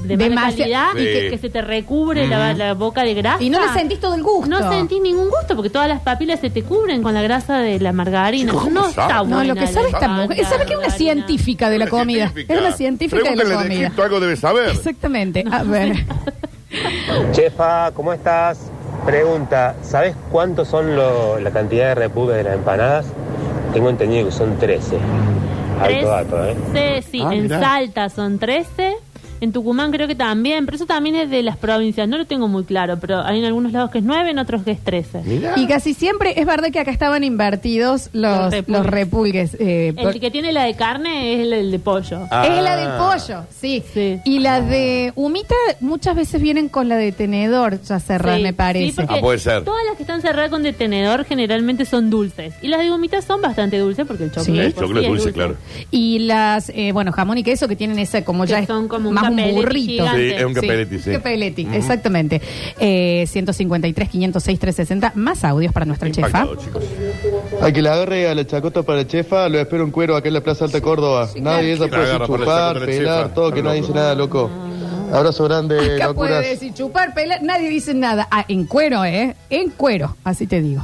Speaker 3: de mala
Speaker 1: Demasi-
Speaker 3: calidad y
Speaker 2: Sí.
Speaker 3: que, que se te recubre la, la boca de grasa?
Speaker 1: Y no le sentís todo el gusto.
Speaker 3: No sentís ningún gusto porque todas las papilas se te cubren con la grasa de la margarina.
Speaker 2: Chico, ¿cómo
Speaker 3: No está
Speaker 2: sabe?
Speaker 1: No,
Speaker 3: buena
Speaker 1: lo que
Speaker 3: la
Speaker 1: sabe esta
Speaker 3: empanada,
Speaker 1: mujer. Sabe que es una
Speaker 3: margarina.
Speaker 1: científica Ah, de la comida. Es una científica de la
Speaker 2: Pregúntale de
Speaker 1: comida.
Speaker 2: Egipto, algo debe saber.
Speaker 1: Exactamente. A ver.
Speaker 6: Chefa, ¿cómo estás? Pregunta, ¿sabes cuántos son lo- la cantidad de repubes de las empanadas? Tengo entendido que son 13. Alto dato, ¿eh?
Speaker 3: 13, sí,
Speaker 2: Ah,
Speaker 3: en
Speaker 2: mirá.
Speaker 3: Salta son 13. En Tucumán creo que también, pero eso también es de las provincias, no lo tengo muy claro, pero hay en algunos lados que es 9, en otros que es 13.
Speaker 2: Mira.
Speaker 1: Y casi siempre es verdad que acá estaban invertidos los,
Speaker 3: Los repulgues.
Speaker 1: los repulgues. eh, por-
Speaker 3: El que tiene la de carne es el, el de pollo.
Speaker 2: Ah.
Speaker 1: Es la del pollo, sí.
Speaker 3: Sí.
Speaker 1: Y la de humita muchas veces vienen con la de tenedor, ya cerrada,
Speaker 3: Sí,
Speaker 1: me
Speaker 3: sí,
Speaker 1: parece.
Speaker 3: porque
Speaker 2: Ah, puede ser.
Speaker 3: Todas las que están cerradas con detenedor generalmente son dulces. Y las de gomitas son bastante dulces porque el chocolate.
Speaker 1: Sí,
Speaker 2: El
Speaker 3: por
Speaker 2: chocolate
Speaker 3: sí
Speaker 2: dulce, claro.
Speaker 1: y las, eh, bueno, jamón y queso que tienen esa como
Speaker 3: Que
Speaker 1: ya es
Speaker 3: son como un
Speaker 1: más un
Speaker 3: capelletti
Speaker 1: burrito.
Speaker 3: gigante.
Speaker 2: Sí, es un
Speaker 1: Sí,
Speaker 2: capelletti, sí.
Speaker 1: capelletti, exactamente. Eh, 153, 506, 360. Más audios para nuestra chefa.
Speaker 2: Impactado, chicos.
Speaker 7: A que la agarre a la chacota para chefa, lo espero en cuero acá en la Plaza Alta Córdoba. Nadie
Speaker 2: claro.
Speaker 7: esa puede
Speaker 2: La agarra para la
Speaker 7: chupar,
Speaker 2: chacota de
Speaker 7: pelar,
Speaker 2: chefa. Ah.
Speaker 7: todo, que nadie dice nada, loco. Abrazo
Speaker 8: Eh,
Speaker 7: grande,
Speaker 1: Acá puede
Speaker 7: locuras.
Speaker 1: decir chupar, pelar, nadie dice nada. Ah, en cuero, ¿eh? En cuero, así te digo.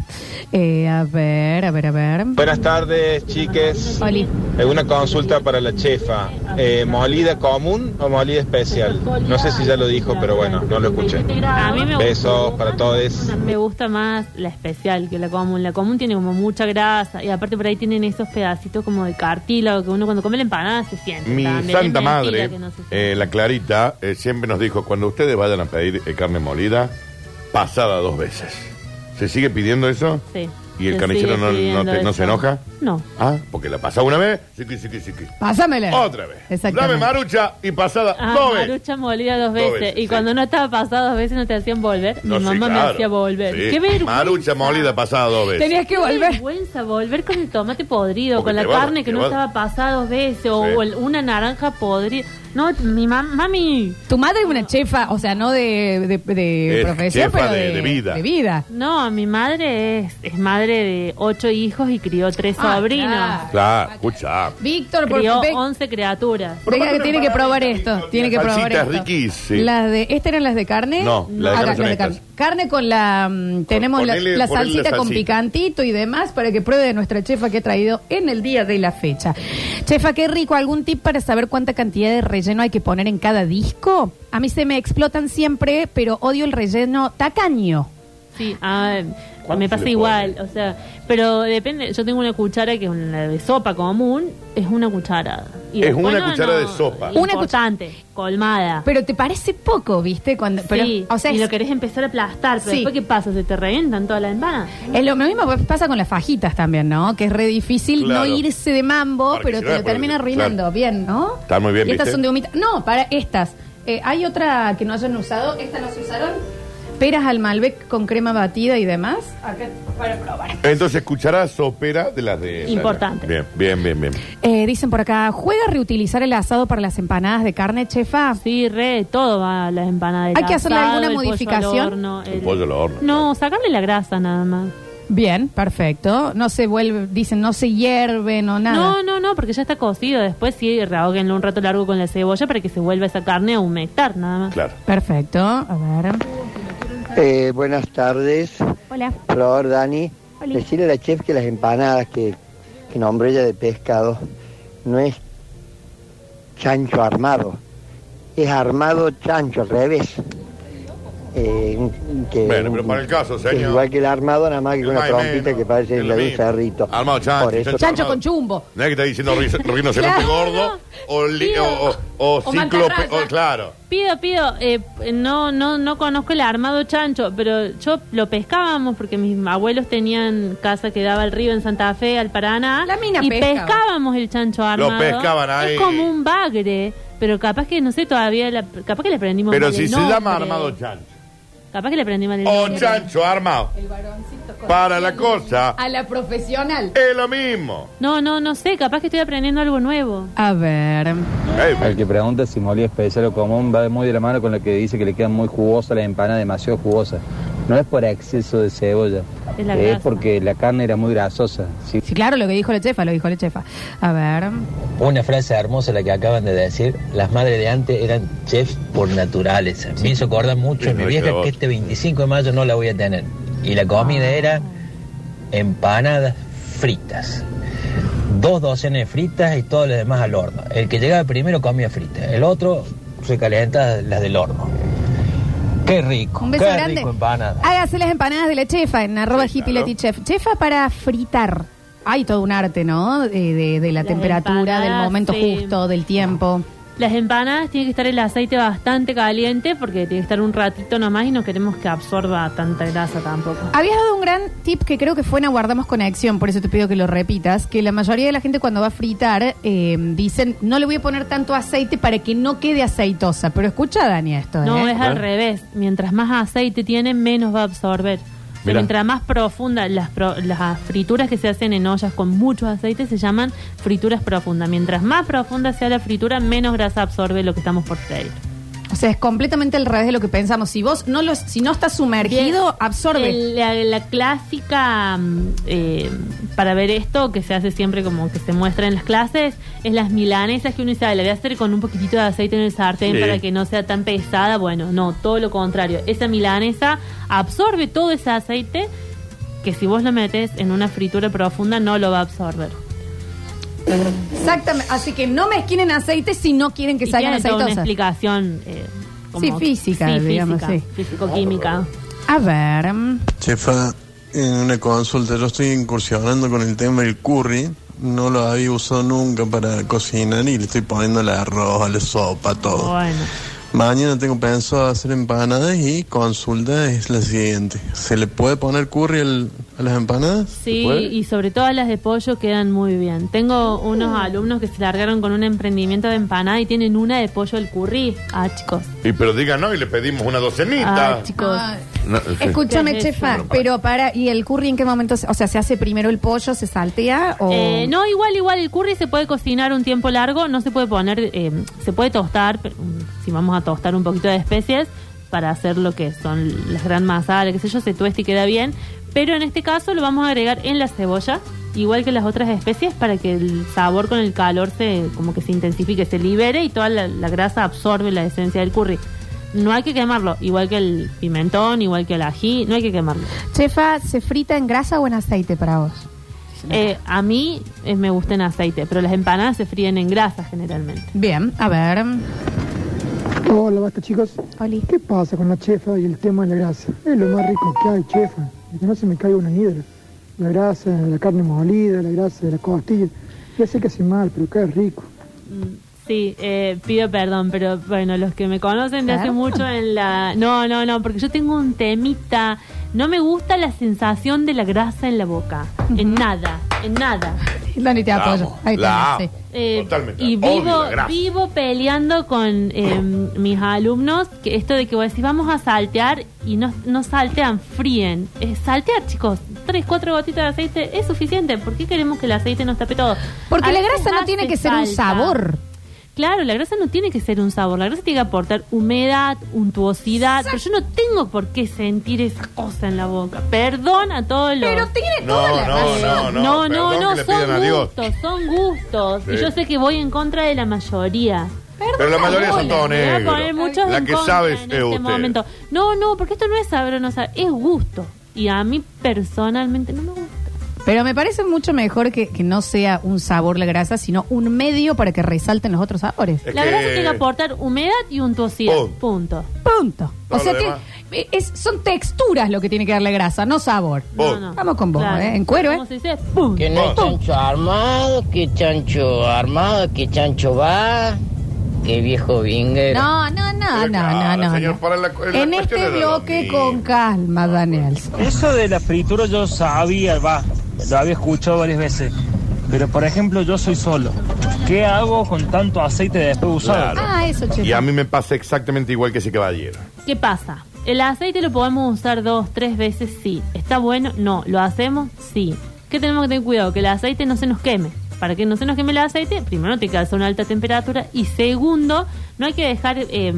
Speaker 1: Eh, a ver, a ver, a ver.
Speaker 9: Buenas tardes, chiques.
Speaker 1: Oli.
Speaker 9: Eh, Una consulta para la chefa. Eh, ¿Molida común o molida especial? No sé si ya lo dijo, pero bueno, no lo escuché.
Speaker 3: A mí me gusta.
Speaker 9: Besos para todos.
Speaker 3: Me gusta más la especial que la común. La común tiene como mucha grasa y aparte por ahí tienen esos pedacitos como de cartílago que uno cuando come la empanada se siente.
Speaker 2: Mi
Speaker 3: también. Es
Speaker 2: santa
Speaker 3: mentira
Speaker 2: madre,
Speaker 3: que no se siente.
Speaker 2: eh, la Clarita, eh, siempre nos dijo, cuando ustedes vayan a pedir eh, carne molida, pasada dos veces. ¿Se sigue pidiendo eso?
Speaker 3: Sí.
Speaker 2: ¿Y el
Speaker 3: Se
Speaker 2: carnicero
Speaker 3: sigue
Speaker 2: no, no
Speaker 3: pidiendo
Speaker 2: te- no
Speaker 3: eso.
Speaker 2: se enoja?
Speaker 3: No.
Speaker 2: Ah, porque la pasaba una vez, siqui, siqui, siqui.
Speaker 1: Pásamela.
Speaker 2: Otra vez.
Speaker 1: Exactamente.
Speaker 2: Dame marucha y pasada
Speaker 3: Ah,
Speaker 2: dos veces.
Speaker 3: marucha molida dos
Speaker 2: Dos
Speaker 3: veces.
Speaker 2: veces,
Speaker 3: y
Speaker 2: sí.
Speaker 3: cuando no estaba pasada dos veces no te hacían volver.
Speaker 2: No,
Speaker 3: Mi
Speaker 2: sí,
Speaker 3: mamá me
Speaker 2: claro.
Speaker 3: hacía volver.
Speaker 2: Sí.
Speaker 3: Qué vergüenza.
Speaker 2: Marucha molida pasada dos veces.
Speaker 1: Tenías que
Speaker 3: Qué
Speaker 1: volver.
Speaker 3: vergüenza volver con el tomate podrido,
Speaker 2: Porque
Speaker 3: con la
Speaker 2: te va,
Speaker 3: carne que
Speaker 2: te
Speaker 3: no
Speaker 2: va.
Speaker 3: estaba pasada dos veces, o,
Speaker 2: Sí.
Speaker 3: o el- una naranja podrida. No, mi mam- mami,
Speaker 1: Tu madre es una chefa, o sea, no de, de, de
Speaker 2: Es
Speaker 1: profesión,
Speaker 2: chefa
Speaker 1: pero de,
Speaker 2: de- de vida.
Speaker 1: De vida.
Speaker 3: No, mi madre es, es madre de ocho hijos y crió tres
Speaker 1: Ah,
Speaker 3: sobrinos.
Speaker 1: claro.
Speaker 2: Claro, escucha.
Speaker 1: Víctor, por
Speaker 3: Crió
Speaker 1: ve-
Speaker 3: once criaturas.
Speaker 1: Venga, que tiene que probar esto. Tiene que probar
Speaker 2: Salsitas
Speaker 1: esto.
Speaker 2: riquísimas.
Speaker 1: Las de, ¿Estas eran las de carne?
Speaker 2: No, las de
Speaker 1: Acá,
Speaker 2: carne son
Speaker 1: las de
Speaker 2: estas.
Speaker 1: carne. Carne con la. mm, tenemos la-
Speaker 2: ponele-
Speaker 1: la,
Speaker 2: ponele la
Speaker 1: salsita con
Speaker 2: salsita.
Speaker 1: picantito y demás para que pruebe nuestra chefa que he traído en el día de la fecha. Chefa, qué rico. ¿Algún tip para saber cuánta cantidad de relleno hay que poner en cada disco? A mí se me explotan siempre, pero odio el relleno tacaño.
Speaker 3: Sí, ah,
Speaker 2: ¿Cuánto
Speaker 3: me
Speaker 2: se
Speaker 3: pasa
Speaker 2: le
Speaker 3: igual,
Speaker 2: pone?
Speaker 3: o sea, pero depende. Yo tengo una cuchara que es una de sopa común, es una cucharada. Y
Speaker 2: Es
Speaker 3: después
Speaker 2: una cuchara de sopa.
Speaker 1: Una
Speaker 3: Importante, colmada.
Speaker 1: Pero te parece poco, ¿viste? Cuando, pero,
Speaker 3: Sí,
Speaker 1: o sea,
Speaker 3: y
Speaker 1: es-
Speaker 3: lo querés empezar a aplastar, pero
Speaker 1: Sí.
Speaker 3: después ¿qué pasa? ¿Se te reventan todas las empanadas?
Speaker 1: Es lo mismo que pasa con las fajitas también, ¿no? Que es re difícil
Speaker 2: Claro.
Speaker 1: no irse de mambo,
Speaker 2: Para que
Speaker 1: pero
Speaker 2: se
Speaker 1: te lo
Speaker 2: vea,
Speaker 1: termina
Speaker 2: porque-
Speaker 1: arruinando.
Speaker 2: claro.
Speaker 1: Bien, ¿no?
Speaker 2: Está muy bien,
Speaker 1: Y estas
Speaker 2: ¿viste?
Speaker 1: son de humita. No, para estas. Eh, hay otra que no hayan usado. Estas no se usaron. peras al Malbec con crema batida y demás. Acá para probar.
Speaker 2: Entonces, cuchara sopera de las de.
Speaker 3: Importante.
Speaker 2: Bien, bien, bien, bien.
Speaker 1: Eh, dicen por acá, ¿juega a reutilizar el asado para las empanadas de carne, chefa?
Speaker 3: Sí, re, todo va a las empanadas. del
Speaker 1: ¿Hay que hacerle
Speaker 3: asado,
Speaker 1: alguna
Speaker 3: el pollo al
Speaker 1: modificación?
Speaker 3: horno,
Speaker 2: El pollo al horno,
Speaker 3: No, sacarle la grasa nada más.
Speaker 1: Bien, perfecto. No se vuelve, dicen, no se hierve, no nada.
Speaker 3: No, no, no, porque ya está cocido. Después sí, rehóguenlo un rato largo con la cebolla para que se vuelva esa carne a humectar nada más.
Speaker 2: Claro.
Speaker 1: Perfecto, a ver.
Speaker 8: Eh, buenas tardes,
Speaker 1: Hola.
Speaker 8: Flor, Dani. Decirle a la chef que las empanadas que, que nombré ella de pescado no es chancho armado, es armado chancho al revés. Eh, que-
Speaker 2: Bueno, pero para el caso,
Speaker 8: que
Speaker 2: señor.
Speaker 8: igual que el armado, nada más que con una
Speaker 2: Más o menos,
Speaker 8: trompita que parece
Speaker 2: es lo
Speaker 8: la de un
Speaker 2: mismo.
Speaker 8: cerrito.
Speaker 2: Armado chancho,
Speaker 8: Por eso-
Speaker 1: Chancho con chumbo.
Speaker 2: No es que está diciendo ri- rinoceronte
Speaker 1: Claro.
Speaker 2: gordo o, li-
Speaker 3: Sí,
Speaker 2: o,
Speaker 3: o-
Speaker 2: o- o
Speaker 1: o
Speaker 2: cíclope.
Speaker 1: mantarraya.
Speaker 2: o- claro.
Speaker 3: Pido, pido, eh, no, no, no conozco el armado chancho, pero yo lo pescábamos porque mis abuelos tenían casa que daba al río en Santa Fe, al Paraná,
Speaker 1: La mina
Speaker 3: y
Speaker 1: pescaba.
Speaker 3: pescábamos el chancho armado.
Speaker 2: pescaban ahí.
Speaker 3: Es como un bagre, pero capaz que, no sé, todavía, la- capaz que le prendimos
Speaker 2: Pero
Speaker 3: mal el
Speaker 2: si se llama
Speaker 3: nombre.
Speaker 2: armado chancho. Oh,
Speaker 3: Capaz que le prendí mal el
Speaker 2: O
Speaker 3: nombre.
Speaker 2: chancho armado. Para la cosa
Speaker 1: A la profesional.
Speaker 2: es lo mismo.
Speaker 3: No, no, no sé, capaz que estoy aprendiendo algo nuevo.
Speaker 1: A ver.
Speaker 2: Eh,
Speaker 10: El que pregunta si molida especial o común va muy de la mano con lo que dice que le quedan muy jugosas las empanadas, demasiado jugosas. No es por exceso de cebolla,
Speaker 6: ¿eh?
Speaker 3: Es la
Speaker 10: es
Speaker 3: grasa.
Speaker 10: porque la carne era muy grasosa. Si
Speaker 1: Sí, claro, lo que dijo la chefa, lo dijo la chefa. A ver.
Speaker 11: Una frase hermosa la que acaban de decir. Las madres de antes eran chefs por naturaleza. Me hizo acordar
Speaker 2: Sí,
Speaker 11: mucho a mi
Speaker 2: me
Speaker 11: vieja
Speaker 2: quedó.
Speaker 11: que este 25 de mayo no la voy a tener. Y la comida era empanadas fritas. Dos docenas de fritas y todas las demás al horno. El que llegaba primero comía fritas. El otro se calentaba las del horno. Qué rico.
Speaker 1: Un beso
Speaker 11: qué
Speaker 1: grande.
Speaker 11: rico empanada.
Speaker 1: Hágase las empanadas de la chefa en arroba
Speaker 2: Sí,
Speaker 1: hippie Leti chef. Chefa para fritar. Hay todo un arte, ¿no? Eh, De, de la
Speaker 3: Las
Speaker 1: temperatura, del
Speaker 3: empanadas,
Speaker 1: momento
Speaker 3: sí.
Speaker 1: justo, del tiempo.
Speaker 3: Las empanadas tiene que estar el aceite bastante caliente porque tiene que estar un ratito nomás y no queremos que absorba tanta grasa tampoco.
Speaker 1: Habías dado un gran tip que creo que fue en Aguardamos Conexión, por eso te pido que lo repitas, que la mayoría de la gente cuando va a fritar eh, dicen, no le voy a poner tanto aceite para que no quede aceitosa. Pero escucha, Dani, esto,
Speaker 3: No,
Speaker 1: ¿eh?
Speaker 3: es al revés. Mientras más aceite tiene, menos va a absorber. O sea,
Speaker 2: Mirá.
Speaker 3: Mientras más profunda, las, pro- las frituras que se hacen en ollas con mucho aceite se llaman frituras profundas. Mientras más profunda sea la fritura, menos grasa absorbe lo que estamos por freír.
Speaker 1: O sea, es completamente al revés de lo que pensamos. Si vos no lo, si no estás sumergido, absorbe.
Speaker 3: El- la, la clásica, mm, eh, para ver esto, que se hace siempre como que se muestra en las clases, es las milanesas que uno dice, "Ah, la voy a hacer con un poquitito de aceite en el sartén
Speaker 2: Sí.
Speaker 3: para que no sea tan pesada. Bueno, no, todo lo contrario. Esa milanesa absorbe todo ese aceite que si vos lo metes en una fritura profunda no lo va a absorber.
Speaker 1: Exactamente. Así que no mezquinen aceite si no quieren que
Speaker 3: Y
Speaker 1: salgan
Speaker 3: tiene toda una
Speaker 1: aceitosas.
Speaker 3: explicación... eh, como-
Speaker 1: Sí, física, digamos, sí.
Speaker 3: Físico-química.
Speaker 1: A ver. mm,
Speaker 10: Chefa, en una consulta, yo estoy incursionando con el tema del curry. No lo había usado nunca para cocinar y le estoy poniendo el arroz, a la sopa,
Speaker 8: Oh.
Speaker 10: todo.
Speaker 3: Bueno.
Speaker 10: Mañana tengo pensado hacer empanadas y consulta es la siguiente. ¿Se le puede poner curry al- a las empanadas?
Speaker 3: Sí,
Speaker 2: puede?
Speaker 3: y sobre todo las de pollo quedan muy bien. Tengo unos alumnos que se largaron con un emprendimiento de empanada y tienen una de pollo al curry. Ah, chicos.
Speaker 2: Y pero díganos y le pedimos una docenita.
Speaker 3: Ah, chicos.
Speaker 2: No, sí.
Speaker 1: Escúchame,
Speaker 3: Sí, sí,
Speaker 1: chefa, pero eh, para, ¿y el curry en qué momento? se- O sea, ¿se hace primero el pollo, se saltea o...?
Speaker 3: Eh, no, igual, igual, el curry se puede cocinar un tiempo largo, no se puede poner, eh, se puede tostar, pero, mm, si vamos a tostar un poquito de especies para hacer lo que son las gran masadas, qué sé yo, se tuesta y queda bien, pero en este caso lo vamos a agregar en la cebolla, igual que las otras especies, para que el sabor con el calor se como que se intensifique, se libere y toda la, la grasa absorbe la esencia del curry. No hay que quemarlo, igual que el pimentón, igual que el ají, no hay que quemarlo.
Speaker 1: Chefa, ¿se frita en grasa o en aceite para vos?
Speaker 3: Eh, a mí eh, me gusta en aceite, pero las empanadas se fríen en grasa generalmente.
Speaker 1: Bien, a ver.
Speaker 10: Hola, basta chicos.
Speaker 1: Oli.
Speaker 10: ¿Qué pasa con la chefa y el tema de la grasa? Es lo más rico que hay, chefa. Que no se me caiga una hidra. La grasa de la carne molida, la grasa de la costilla. Ya sé que hace mal, pero qué rico.
Speaker 3: Sí, eh, pido perdón, pero bueno, los que me conocen de hace
Speaker 1: Perdón.
Speaker 3: mucho en la... No, no, no, porque yo tengo un temita. No me gusta la sensación de la grasa en la boca, en nada. en nada.
Speaker 1: Dani, te
Speaker 3: pues,
Speaker 2: La
Speaker 1: apoyo.
Speaker 2: amo,
Speaker 1: Ahí
Speaker 2: la
Speaker 1: tenés,
Speaker 2: amo.
Speaker 1: sí.
Speaker 3: Eh,
Speaker 2: Totalmente.
Speaker 3: Y
Speaker 2: Odio
Speaker 3: vivo,
Speaker 2: la grasa.
Speaker 3: vivo peleando con eh, mis alumnos que esto de que vos decís vamos a saltear y no, no saltean, fríen. Eh, saltear, chicos, tres, cuatro gotitas de aceite es suficiente. ¿Por qué queremos que el aceite nos tape todo?
Speaker 1: Porque
Speaker 3: A
Speaker 1: la
Speaker 3: veces
Speaker 1: grasa no
Speaker 3: hace
Speaker 1: tiene que ser un
Speaker 3: falta.
Speaker 1: sabor.
Speaker 3: Claro, la grasa no tiene que ser un sabor, la grasa tiene que aportar humedad, untuosidad, pero yo no tengo por qué sentir esa cosa en la boca. Perdón a todos los...
Speaker 1: Pero tiene toda
Speaker 2: No,
Speaker 1: la
Speaker 2: no,
Speaker 1: razón.
Speaker 2: no, no.
Speaker 3: No, no,
Speaker 2: perdón
Speaker 3: no,
Speaker 2: que le pidan a
Speaker 3: son
Speaker 2: Dios.
Speaker 3: gustos, son gustos.
Speaker 2: Sí.
Speaker 3: Y yo sé que voy en contra de la mayoría.
Speaker 2: Pero la mayoría son todos
Speaker 3: Me voy a poner
Speaker 2: negros.
Speaker 3: muchos
Speaker 2: eh, La
Speaker 3: en
Speaker 2: que
Speaker 3: contra
Speaker 2: sabe es
Speaker 3: en
Speaker 2: eh,
Speaker 3: este
Speaker 2: usted.
Speaker 3: momento. No, no, porque esto no es saber o no saber, es gusto. Y a mí personalmente no me gusta.
Speaker 1: Pero me parece mucho mejor que, que no sea un sabor la grasa, sino un medio para que resalten los otros sabores.
Speaker 2: Es
Speaker 3: la
Speaker 2: que-
Speaker 3: grasa tiene que aportar humedad y untuosidad.
Speaker 2: Pum.
Speaker 3: Punto.
Speaker 1: Punto. o
Speaker 2: Todo lo
Speaker 1: sea, tiene-
Speaker 2: demás.
Speaker 1: eh, es- son texturas lo que tiene que darle grasa, no sabor.
Speaker 2: Pum.
Speaker 1: Vamos con vos, ¿eh? En cuero, ¿eh?
Speaker 3: Como se dice, pum.
Speaker 11: Que no es chancho armado, que chancho armado, que chancho va, que viejo vinguero.
Speaker 1: No, no, no, no,
Speaker 2: Pero
Speaker 1: no,
Speaker 2: claro,
Speaker 1: no.
Speaker 2: señor,
Speaker 1: no.
Speaker 2: para la- la
Speaker 1: en
Speaker 2: cuestión
Speaker 1: este
Speaker 2: era lo
Speaker 1: bloque
Speaker 2: mismo.
Speaker 1: con calma, Daniel.
Speaker 2: pues,
Speaker 12: Eso de la fritura yo sabía, va, lo había escuchado varias veces. Pero por ejemplo, yo soy solo. ¿Qué hago con tanto aceite después usado?
Speaker 2: Claro.
Speaker 1: Ah, eso,
Speaker 2: Y a
Speaker 1: chico.
Speaker 2: mí me pasa exactamente igual que ese caballero.
Speaker 3: ¿Qué pasa? El aceite lo podemos usar dos, tres veces, sí. ¿Está bueno? No. ¿Lo hacemos? Sí. ¿Qué tenemos que tener cuidado? Que el aceite no se nos queme. Para que no se nos queme el aceite, primero tiene que hacer una alta temperatura y segundo, no hay que dejar eh,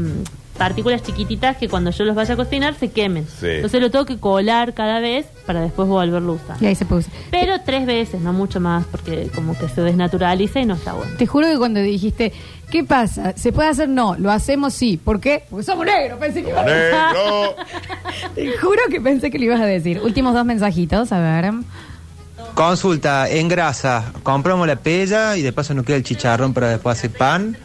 Speaker 3: partículas chiquititas que cuando yo los vaya a cocinar se quemen.
Speaker 2: Sí.
Speaker 3: Entonces lo tengo que colar cada vez para después volverlo a usar.
Speaker 1: Y ahí se puso.
Speaker 3: Pero tres veces, no mucho más, porque como que se desnaturaliza y no está bueno.
Speaker 1: Te juro que cuando dijiste, ¿qué pasa? ¿Se puede hacer? No, lo hacemos sí. ¿Por qué? Porque somos negros, pensé que iba a
Speaker 2: ¡Negro!
Speaker 1: Te juro que pensé que lo ibas a decir. Últimos dos mensajitos, a ver.
Speaker 13: Consulta, en grasa, compramos la pella y de paso nos queda el chicharrón para después hacer pan.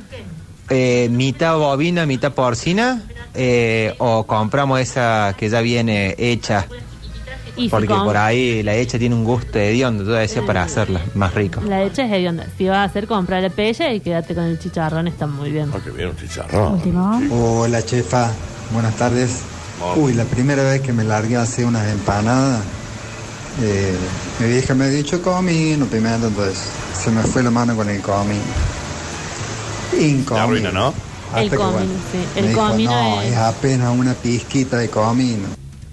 Speaker 13: Eh, mitad bovina, mitad porcina. eh, o compramos esa que ya viene hecha.
Speaker 3: Y si
Speaker 13: Porque
Speaker 3: con-
Speaker 13: por ahí la hecha tiene un gusto hediondo, yo decía, para hacerla más rico.
Speaker 3: La leche es hedionda. Si vas a hacer, comprar la pella y quédate con el chicharrón, está muy bien.
Speaker 2: Ah, qué bien, un chicharrón.
Speaker 1: Último.
Speaker 14: Hola chefa, buenas tardes. Uy, la primera vez que me largué a hacer unas empanadas, eh, mi vieja me ha dicho comino primero, entonces se me fue la mano con el comino.
Speaker 2: La
Speaker 14: Incomino.
Speaker 2: ruina, ¿no?
Speaker 14: Hasta
Speaker 3: El
Speaker 14: que,
Speaker 3: comino,
Speaker 14: bueno,
Speaker 3: sí. El
Speaker 14: me dijo,
Speaker 3: comino
Speaker 14: no,
Speaker 3: es-
Speaker 14: es... apenas una pizquita de comino.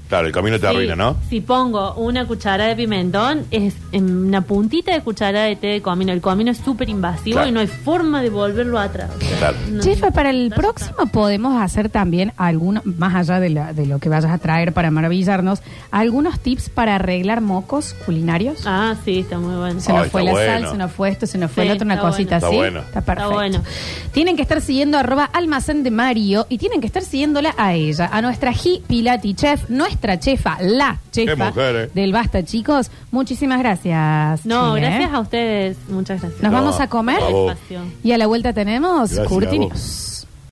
Speaker 2: Claro, el camino te
Speaker 3: Sí,
Speaker 2: arruina, ¿no?
Speaker 3: Si pongo una cuchara de pimentón, es en una puntita de cuchara de té de comino. El comino es súper invasivo
Speaker 2: Claro.
Speaker 3: y no hay forma de volverlo atrás. O sea,
Speaker 2: Claro.
Speaker 3: no-
Speaker 1: Chefa, para el próximo podemos hacer también algunos, más allá de, la- de lo que vayas a traer para maravillarnos, algunos tips para arreglar mocos culinarios.
Speaker 3: Ah, sí, está muy bueno.
Speaker 1: Se nos
Speaker 2: Ay,
Speaker 1: fue la
Speaker 2: está
Speaker 1: sal,
Speaker 2: bueno.
Speaker 1: se nos fue esto, se nos fue
Speaker 3: Sí,
Speaker 1: la otra, una
Speaker 3: está
Speaker 1: cosita
Speaker 2: bueno.
Speaker 1: así.
Speaker 2: Está bueno.
Speaker 1: Está perfecto.
Speaker 3: bueno.
Speaker 1: Tienen que estar siguiendo arroba almacén de Mario y tienen que estar siguiéndola a ella, a nuestra G Pilati Chef, nuestra chefa, la chefa
Speaker 2: mujer, eh.
Speaker 1: del Basta, chicos. Muchísimas gracias.
Speaker 3: No,
Speaker 1: Chile,
Speaker 3: gracias
Speaker 1: eh.
Speaker 3: a ustedes. Muchas gracias.
Speaker 1: Nos
Speaker 2: No,
Speaker 1: vamos a comer
Speaker 2: por favor.
Speaker 1: y a la vuelta tenemos
Speaker 2: Gracias a
Speaker 1: Curti
Speaker 2: vos.
Speaker 1: News.